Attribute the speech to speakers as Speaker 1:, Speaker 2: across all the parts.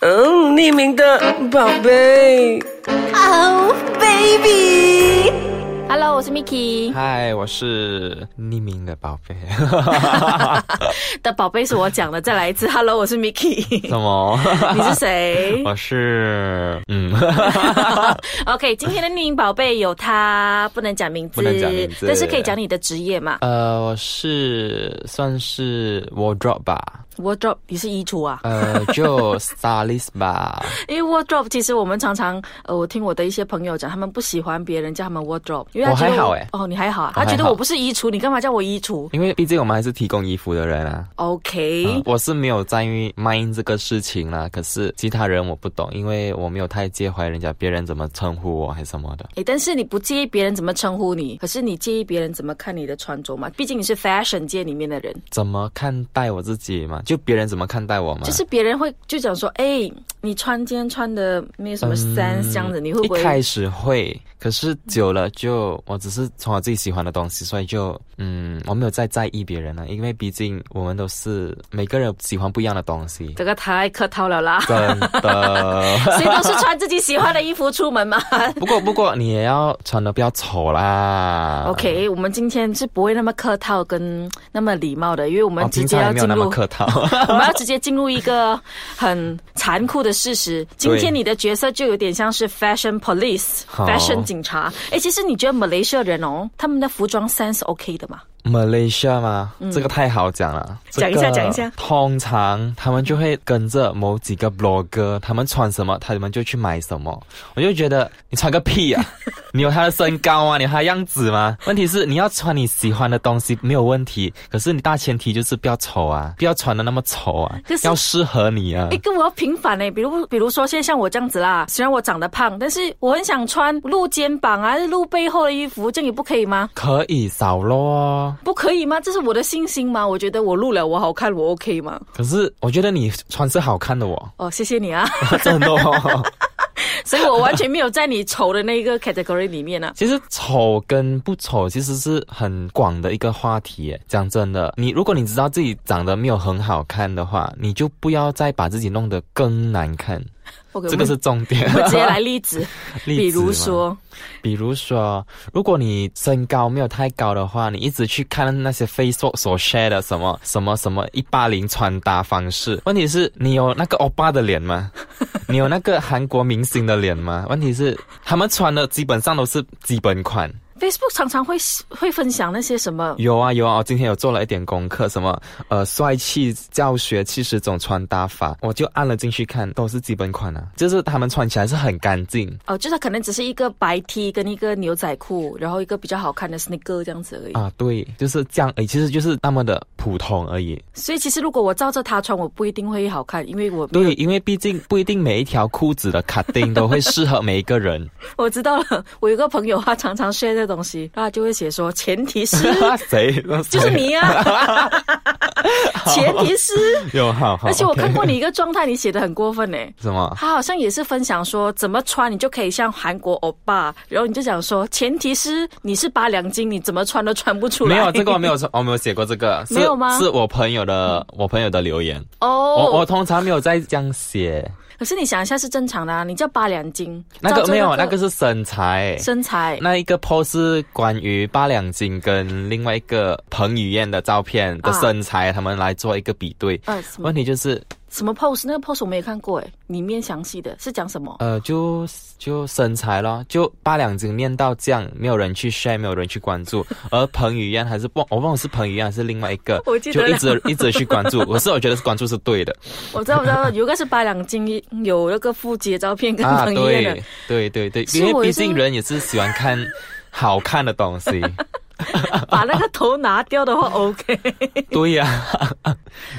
Speaker 1: 嗯，匿名的宝贝。
Speaker 2: Oh baby。
Speaker 3: Hello，我是 Miki
Speaker 4: 嗨，我是匿名的宝贝。
Speaker 3: 的宝贝是我讲的，再来一 次。Hello，我是 Miki，
Speaker 4: 什么？
Speaker 3: 你是谁
Speaker 4: 我是 嗯，
Speaker 3: ？OK，今天的匿名宝贝有他不能讲名字，
Speaker 4: 不能讲名字
Speaker 3: 但是可以讲你的职业嘛
Speaker 4: 呃，我是算是 wardrobe 吧，
Speaker 3: ？Wardrobe，你是衣橱啊？
Speaker 4: 呃，就 stylist 吧。
Speaker 3: 因为 wardrobe 其实我们常常，呃，我听我的一些朋友讲，他们不喜欢别人叫他们 wardrobe，因为他
Speaker 4: 我
Speaker 3: 觉得
Speaker 4: 还好欸
Speaker 3: 哦，你还好啊，
Speaker 4: 我
Speaker 3: 他
Speaker 4: 还
Speaker 3: 觉得
Speaker 4: 好
Speaker 3: 我不是衣橱，你干嘛叫我衣橱
Speaker 4: 因为毕竟我们还是提供衣服的人啊。
Speaker 3: ？OK，、
Speaker 4: 嗯我是没有在意 mind 这个事情啦，可是其他人我不懂，因为我没有太介怀人家别人怎么称呼我还是什么的。
Speaker 3: 诶，但是你不介意别人怎么称呼你，可是你介意别人怎么看你的穿着嘛？毕竟你是 fashion 界里面的人，
Speaker 4: 怎么看待我自己嘛？就别人怎么看待我嘛？
Speaker 3: 就是别人会就讲说，诶，你穿今天穿的没有什么 sense 这样子，你会
Speaker 4: 嗯一
Speaker 3: 不会？。
Speaker 4: 开始会，可是久了就我只是穿我自己喜欢的东西，所以就嗯，我没有再在意别人了，因为毕竟我们都是每个人喜欢不一样的东西
Speaker 3: 这个太客套了 啦，
Speaker 4: 真 的，
Speaker 3: 谁都是穿自己喜欢的衣服出 门嘛。
Speaker 4: 不过不过你也要穿的不要丑啦。
Speaker 3: OK，我们今天是不会那么客套跟那么礼貌的，因为我
Speaker 4: 我、
Speaker 3: 们
Speaker 4: 哦、
Speaker 3: 直
Speaker 4: 平
Speaker 3: 接
Speaker 4: 常
Speaker 3: 要
Speaker 4: 也没有
Speaker 3: 进
Speaker 4: 那
Speaker 3: 入
Speaker 4: 么，客套。
Speaker 3: 我们要直接进入一个很残酷的事 实。今天你的角色就有点像是 fashion police，fashion
Speaker 4: 好
Speaker 3: fashion 警察。哎，其实你觉得马来西亚人哦，他们的服装 sense OK 的吗？
Speaker 4: Malaysia 吗？这个太好讲了。
Speaker 3: 嗯讲一下
Speaker 4: 这个
Speaker 3: 讲一下
Speaker 4: 通常他们就会跟着某几个 blogger，他们穿什么，他们就去买什么。我就觉得你穿个屁 啊！你有他的身高啊吗？你有他的样子吗？问题是你要穿你喜欢的东西没有问题，可是你大前提就是不要丑啊，不要穿的那么丑啊
Speaker 3: 可，是
Speaker 4: 要适合你啊
Speaker 3: 哎，。跟我要平反呢。比如比如说，现在像我这样子啦，虽然我长得胖，但是我很想穿露肩膀啊、露背后的衣服，这样也不可以吗？
Speaker 4: 可以少咯，
Speaker 3: 不可以吗？这是我的信心吗？我觉得我露了我好看，我 OK 吗？
Speaker 4: 可是我觉得你穿是好看的哦，
Speaker 3: 哦，谢谢你啊，
Speaker 4: 真的哦。
Speaker 3: 所以我完全没有在你丑的那一个 category 里面啊。
Speaker 4: 其实丑跟不丑其实是很广的一个话题耶。讲真的，你如果你知道自己长得没有很好看的话，你就不要再把自己弄得更难看，
Speaker 3: OK，
Speaker 4: 这个是重点
Speaker 3: 我。们直接来例子，
Speaker 4: 例子
Speaker 3: 比如
Speaker 4: 嘛
Speaker 3: 说，
Speaker 4: 比如说，如果你身高没有太高的话，你一直去看那些 Facebook 所 share 的什么什么什么一八零穿搭方式，问题是你有那个欧巴的脸 吗？你有那个韩国明星的脸吗？问题是他们穿的基本上都是基本款。
Speaker 3: Facebook 常常会会分享那些什么。
Speaker 4: 有啊有啊，我今天有做了一点功课，什么呃帅气教学七十种穿搭法，我就按了进去看，都是基本款啊，就是他们穿起来是很干净
Speaker 3: 哦，就是它可能只是一个白 T 跟一个牛仔裤，然后一个比较好看的 sneaker 这样子而已。
Speaker 4: 啊，对，就是这样而已，其实就是那么的普通而已。
Speaker 3: 所以其实如果我照着它穿，我不一定会好看，因为我没有
Speaker 4: 对，因为毕竟不一定每一条裤子的 cutting 都会适合每一 个人，
Speaker 3: 我知道了。我有个朋友，他常常 share 这东西，然后他就会写说，前提 是
Speaker 4: 谁
Speaker 3: 就是你呀、 啊，前提是。
Speaker 4: 有好好，
Speaker 3: 而且我
Speaker 4: OK
Speaker 3: 看过你一个状态，你写的很过分呢、 欸
Speaker 4: 什么
Speaker 3: 他好像也是分享说怎么穿你就可以像韩国欧巴，然后你就讲说，前提是你是八两金，你怎么穿都穿不出来。
Speaker 4: 没有这个我没有我没有写过这个，是
Speaker 3: 没有吗
Speaker 4: 是我朋友的我朋友的留言，我
Speaker 3: 哦
Speaker 4: 我。通常没有在这样写。
Speaker 3: 可是你想一下是正常的啊，你叫八两金，
Speaker 4: 那
Speaker 3: 照
Speaker 4: 个
Speaker 3: 着
Speaker 4: 没有，那个是身材。
Speaker 3: 身材。
Speaker 4: 那一个 pose 是关于八两金跟另外一个彭于晏的照片
Speaker 3: 啊
Speaker 4: 的身材，他们来做一个比对。
Speaker 3: 呃，什么
Speaker 4: 问题就是，
Speaker 3: 什么 pose？那个 pose 我没有看过诶，里面详细的是讲什么？
Speaker 4: 呃，就就身材咯，就八两金练到这样，没有人去 share，没有人去 关注，而彭于晏还是忘，我忘了是彭于晏还是另外一个
Speaker 3: 我，记得
Speaker 4: 就一
Speaker 3: 了
Speaker 4: 直一直去关注。可是我觉得关注是 对的
Speaker 3: 我知道，我知道，有一个是八两金，有那个腹肌的照片跟
Speaker 4: 啊，
Speaker 3: 彭于晏的。
Speaker 4: 对对对对，
Speaker 3: 是
Speaker 4: 因
Speaker 3: 我
Speaker 4: 为毕
Speaker 3: 是
Speaker 4: 竟人也是喜欢看好看的 东西，
Speaker 3: 把那个头拿掉 的话
Speaker 4: 啊
Speaker 3: ，OK。
Speaker 4: 对呀、
Speaker 3: 哎、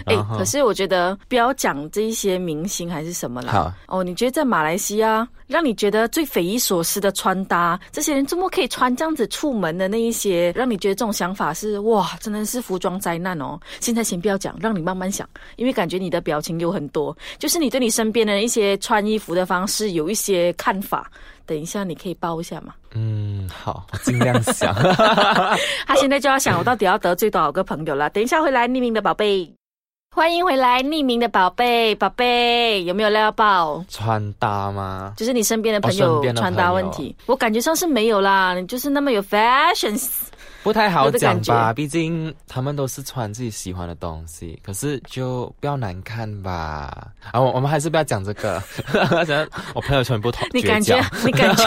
Speaker 4: 然后
Speaker 3: 可是我觉得不要讲这一些明星还是什么啦
Speaker 4: 好。
Speaker 3: 哦，你觉得在马来西亚，让你觉得最匪夷所思的穿搭，这些人怎么可以穿这样子出门的那一些，让你觉得这种想法是哇，真的是服装灾难哦。现在先不要讲，让你慢慢想，因为感觉你的表情有很多，就是你对你身边的一些穿衣服的方式有一些看法。等一下，你可以报一下嘛？
Speaker 4: 嗯，好，我尽量想。
Speaker 3: 他现在就要想，我到底要得罪多少个朋友了？等一下会来匿名的宝贝。欢迎回来，匿名的宝贝，宝贝有没有料要爆？
Speaker 4: 穿搭吗？
Speaker 3: 就是你身边的朋
Speaker 4: 哦身
Speaker 3: 友
Speaker 4: 边的
Speaker 3: 穿搭问题，我感觉上是没有啦，你就是那么有 fashion，
Speaker 4: 不太好
Speaker 3: 有的
Speaker 4: 讲
Speaker 3: 感
Speaker 4: 吧，
Speaker 3: 觉
Speaker 4: 毕竟他们都是穿自己喜欢的东西，可是就不要难看吧。啊，我我们还是不要讲这个， 讲我朋友全部同
Speaker 3: 你
Speaker 4: 绝
Speaker 3: 感觉
Speaker 4: 交。
Speaker 3: 你感觉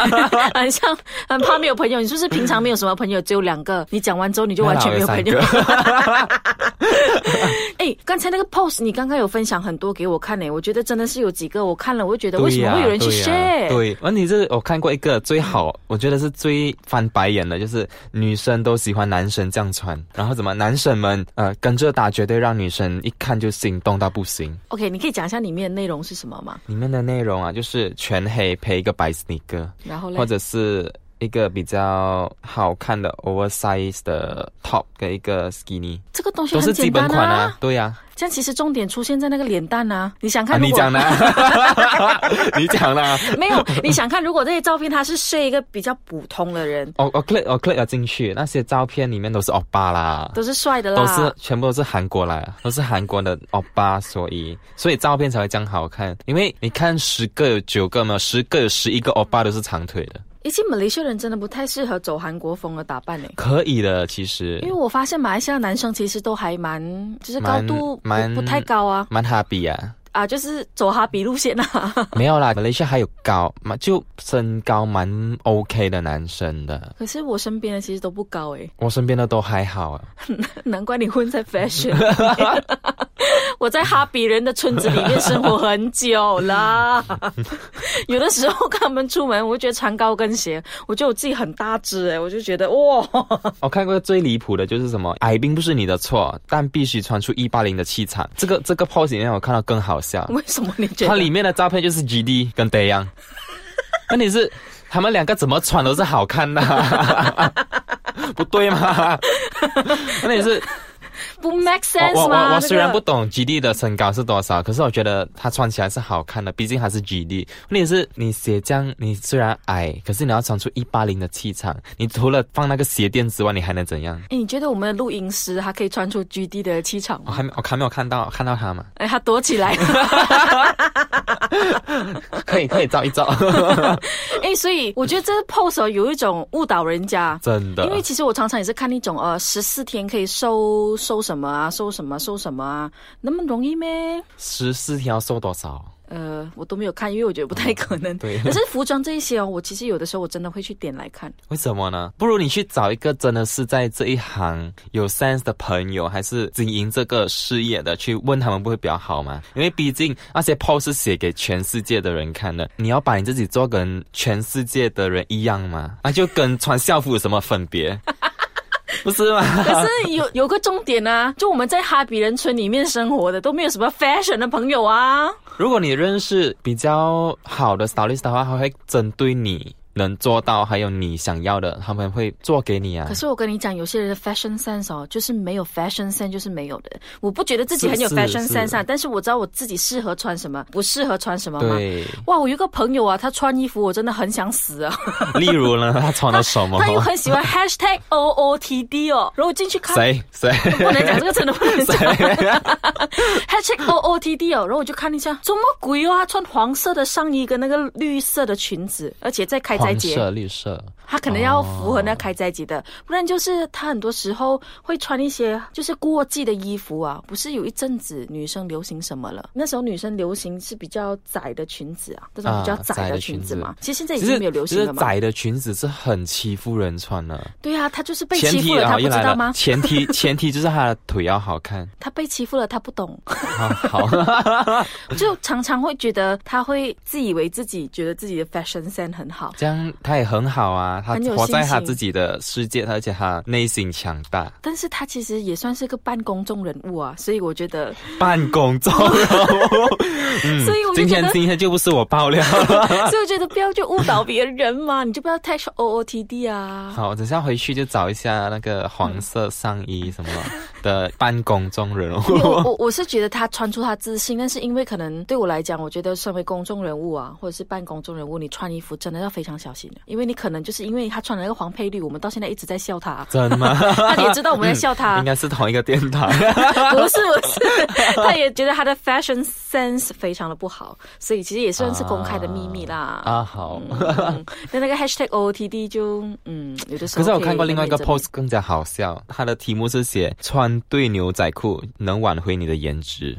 Speaker 3: 很像很怕没有朋友，你是不是平常没有什么朋友，只有两个？你讲完之后你就完全没有朋友
Speaker 4: 那。
Speaker 3: 哎，刚才那个 post 你刚刚有分享很多给我看呢、我觉得真的是有几个我看了，我就觉得 为
Speaker 4: 对
Speaker 3: 什么
Speaker 4: 呀，
Speaker 3: 会有人去
Speaker 4: 对呀
Speaker 3: share？
Speaker 4: 对，问题是我看过一个最好，我觉得是最翻白眼的，就是女生都喜欢男生这样穿，然后怎么男生们呃跟着打，绝对让女生一看就心动到不行。
Speaker 3: OK，你可以讲一下里面的内容是什么吗？
Speaker 4: 里面的内容啊，就是全黑配一个白 sneaker，
Speaker 3: 然后嘞
Speaker 4: 或，者是一个比较好看的 oversize 的 top 跟一个 skinny，
Speaker 3: 这个东西
Speaker 4: 都是
Speaker 3: 很
Speaker 4: 基
Speaker 3: 简
Speaker 4: 本
Speaker 3: 单
Speaker 4: 款啊。对呀、
Speaker 3: 这样其实重点出现在那个脸蛋啊，你想
Speaker 4: 啊，
Speaker 3: 看如
Speaker 4: 你
Speaker 3: 果、
Speaker 4: 讲的啊， 你讲的啊。
Speaker 3: 没有，你想看如果这些照片他是睡一个比较普通的 人，
Speaker 4: 我我 click 我 click 了进去，那些照片里面都是欧巴啦，
Speaker 3: 都是帅的啦，
Speaker 4: 都是全部都是韩国来的，都是韩国的欧巴，所以所以照片才会这样好看。因为你看十个有九个嘛，十个有十一个欧巴都是长腿的，
Speaker 3: 以及马来西亚人真的不太适合走韩国风的打扮呢、欸
Speaker 4: 可以的，其实
Speaker 3: 因为我发现马来西亚男生其实都还蛮，就是高
Speaker 4: 蛮
Speaker 3: 度不
Speaker 4: 蛮
Speaker 3: 不太高啊
Speaker 4: 蛮 happy 啊。
Speaker 3: 啊，就是走哈比路线啊。
Speaker 4: 没有啦，马来西亚还有高嘛，就身高蛮 OK 的男生的，
Speaker 3: 可是我身边的其实都不高欸诶、
Speaker 4: 我身边的都还 好啊。
Speaker 3: 难怪你混在 fashion 里面。我在哈比人的村子里面生活很久 啦，有的时候跟他们出门，我就觉得穿高跟鞋，我觉得我自己很大只诶、欸我就觉得哇，
Speaker 4: 我看过最离谱的就是什么，矮并不是你的错，但必须穿出一八零的气场。这个这个 pose 里面我看到更好笑，
Speaker 3: 为什么你觉
Speaker 4: 它
Speaker 3: 得
Speaker 4: 里面的照片就是 GD 跟 Dayan，问题是他们两个怎么穿都是好 看的、不对吗？问题是
Speaker 3: 不 make
Speaker 4: 我
Speaker 3: sense
Speaker 4: 我我
Speaker 3: 吗？
Speaker 4: 我虽然
Speaker 3: 这
Speaker 4: 不
Speaker 3: 个
Speaker 4: 懂 GD 的身高是多少，可是我觉得他穿起来是好看的，毕竟他是 GD。问题是你鞋匠，你虽然矮，可是你要穿出一八零的气场，你除了放那个鞋垫之外，你还能怎样？
Speaker 3: 哎，你觉得我们的录音师他可以穿出 GD 的气场
Speaker 4: 我
Speaker 3: 吗？
Speaker 4: 还没我还没有看到看到他嘛，
Speaker 3: 哎，他躲起来了。
Speaker 4: 可以可以照一照，
Speaker 3: 哎，所以我觉得这个 pose 哦有一种误导人家。
Speaker 4: 真的
Speaker 3: 因。为其实我常常也是看那种呃，十四天可以瘦瘦什么啊，瘦什么瘦什么啊，那么容易咩？
Speaker 4: 十四天要瘦多少？
Speaker 3: 呃，我都没有看，因为我觉得不太可能。
Speaker 4: 对
Speaker 3: 可是服装这一些哦，我其实有的时候我真的会去点来 看。
Speaker 4: 为什么呢？不如你去找一个真的是在这一行有 sense 的朋友，还是经营这个事业的，去问他们不会比较好吗？因为毕竟那些 post 是写给全世界的人看的，你要把你自己做跟全世界的人一样吗？那就跟穿校服有什么分别？ 不是吗？
Speaker 3: 可是有有个重点啊，就我们在哈比人村里面生活的都没有什么 fashion 的朋友啊。
Speaker 4: 如果你认识比较好的 stylist 的话，他会针对你能做到，还有你想要的，他们会做给你啊。
Speaker 3: 可是我跟你讲，有些人的 fashion sense 哦，就是没有 fashion sense 就是没有的。我不觉得自己很有
Speaker 4: 是
Speaker 3: fashion
Speaker 4: 是
Speaker 3: sense 啊，但是我知道我自己适合穿什么，不适合穿什么嘛。
Speaker 4: 对，
Speaker 3: 哇，我有一个朋友啊，他穿衣服我真的很想死啊！
Speaker 4: 例如呢，他穿了什么？
Speaker 3: 他又很喜欢 hashtag OOTD 哦，然后我进去看，
Speaker 4: 谁谁？
Speaker 3: 不能讲这个真的不能讲 hashtag OOTD 哦，然后我就看一下，什么鬼哦？他穿黄色的上衣跟那个绿色的裙子，而且在开斋
Speaker 4: 黄
Speaker 3: 节，
Speaker 4: 色、绿色，
Speaker 3: 他可能要符
Speaker 4: 哦
Speaker 3: 合那开斋节的，不然就是他很多时候会穿一些就是过季的衣服啊。不是有一阵子女生流行什么了？那时候女生流行是比较窄的裙子啊，这种比较
Speaker 4: 啊
Speaker 3: 窄
Speaker 4: 窄
Speaker 3: 的
Speaker 4: 的
Speaker 3: 裙
Speaker 4: 裙
Speaker 3: 子嘛。
Speaker 4: 子
Speaker 3: 其实现在已
Speaker 4: 其
Speaker 3: 经
Speaker 4: 实
Speaker 3: 没有流
Speaker 4: 其
Speaker 3: 行
Speaker 4: 实
Speaker 3: 了嘛。
Speaker 4: 窄的裙子是很欺负人穿的。
Speaker 3: 对啊，她就是被
Speaker 4: 前
Speaker 3: 欺
Speaker 4: 提
Speaker 3: 负了，她
Speaker 4: 啊，
Speaker 3: 不
Speaker 4: 又
Speaker 3: 知
Speaker 4: 来
Speaker 3: 道吗
Speaker 4: 了。？前 提前提就是她的腿要好看。
Speaker 3: 她被欺负了，她不懂，
Speaker 4: 好， 好，
Speaker 3: 就常常会觉得她会自以为自己觉得自己的 fashion sense 很好。
Speaker 4: 这样她也很好啊，她
Speaker 3: 很有
Speaker 4: 活在
Speaker 3: 信
Speaker 4: 她
Speaker 3: 心
Speaker 4: 自己的世界，而且她内心强大。
Speaker 3: 但是她其实也算是个半公众人物啊，所以我觉得，
Speaker 4: 办公中，嗯
Speaker 3: 所以我就
Speaker 4: 今
Speaker 3: 觉
Speaker 4: 天
Speaker 3: 得
Speaker 4: 今天就不是我爆料 了。
Speaker 3: 所以我觉得不要去误导别人嘛，你就不要太说哦 OOTD 啊。
Speaker 4: 好，我等下回去就找一下那个黄色上衣什么的办公 中人
Speaker 3: 因为我
Speaker 4: 物。
Speaker 3: 我我是觉得他穿出他自信，但是因为可能对我来讲，我觉得身为公众人物啊，或者是半公众人物，你穿衣服真的要非常常小心的，因为你可能就是因为他穿了那个黄配绿，我们到现在一直在笑 他，
Speaker 4: 真的吗？
Speaker 3: 他也知道我们在笑他
Speaker 4: 应，该是同一个电台。
Speaker 3: 不是不是，他也觉得他的 fashion sense 非常的不好，所以其实也算是公开的秘密啦。
Speaker 4: 啊，好。
Speaker 3: 嗯，那那个 hashtag OOTD 就嗯，有的时
Speaker 4: 可
Speaker 3: 候
Speaker 4: 是我
Speaker 3: 以
Speaker 4: 看过另外一个
Speaker 3: 避免
Speaker 4: post 更加好笑，它的题目是写“穿对牛仔裤能挽回你的 颜值”。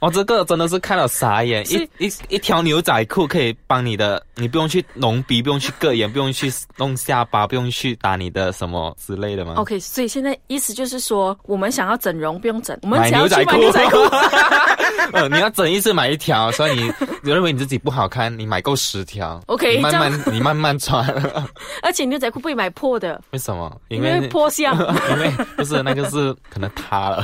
Speaker 4: 我、哦这个真的是看了傻眼，一
Speaker 3: 是
Speaker 4: 一一条牛仔裤可以帮你的，你不用去隆鼻，不用去割眼，不用去弄下巴，不用去打你的什么之类的吗
Speaker 3: OK，所以现在意思就是说，我们想要整容不用整，我们
Speaker 4: 买
Speaker 3: 只要
Speaker 4: 牛仔
Speaker 3: 去买
Speaker 4: 裤
Speaker 3: 牛仔裤。
Speaker 4: 呃，你要整一次买一条，所以你你认为你自己不好看，你买够十条
Speaker 3: OK，
Speaker 4: 你慢
Speaker 3: 这
Speaker 4: 慢你慢慢穿，
Speaker 3: 而且牛仔裤不会买破的，
Speaker 4: 为什么？
Speaker 3: 因为破相。
Speaker 4: 因为不是那个是可能塌了，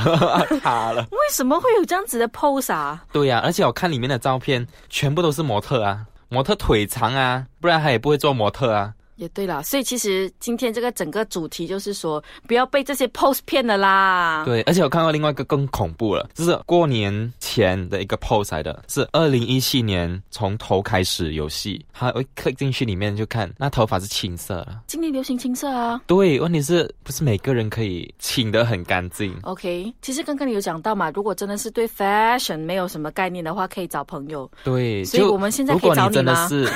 Speaker 4: 塌了。
Speaker 3: 为什么会有这样子的 pose 啊？
Speaker 4: 对呀、而且我看里面的照片，全部都是模特啊，模特腿长啊，不然他也不会做模特啊。
Speaker 3: 也对啦，所以其实今天这个整个主题就是说，不要被这些 pose 骗了啦。
Speaker 4: 对，而且我看到另外一个更恐怖了，就是过年前的一个 post 来的，是二零一七年从头开始游戏，他会 click 进去里面就看，那头发是青色的。
Speaker 3: 今年流行青色啊。
Speaker 4: 对，问题是不是每个人可以清得很干净？
Speaker 3: OK，其实刚刚你有讲到嘛，如果真的是对 fashion 没有什么概念的话，可以找朋友。
Speaker 4: 对，
Speaker 3: 所以
Speaker 4: 就
Speaker 3: 我们现在
Speaker 4: 如
Speaker 3: 可以
Speaker 4: 果
Speaker 3: 找
Speaker 4: 你
Speaker 3: 你
Speaker 4: 真的
Speaker 3: 吗
Speaker 4: 是，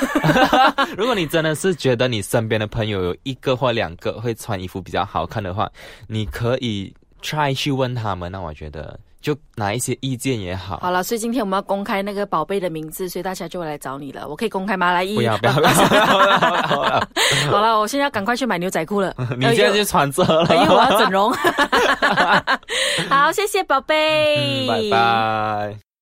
Speaker 4: 如果你真的是觉得你身边的朋友有一个或两个会穿衣服比较好看的话，你可以 try 去问他们。那我觉得就拿一些意见也好。
Speaker 3: 好了，所以今天我们要公开那个宝贝的名字，所以大家就会来找你了。我可以公开吗？来一，
Speaker 4: 不要不要不要不要不要！
Speaker 3: 好了，我现在要赶快去买牛仔裤了。
Speaker 4: 你现在就穿这
Speaker 3: 哎呦，
Speaker 4: 了，
Speaker 3: 我 要整容。好，谢谢宝贝、
Speaker 4: 嗯拜拜。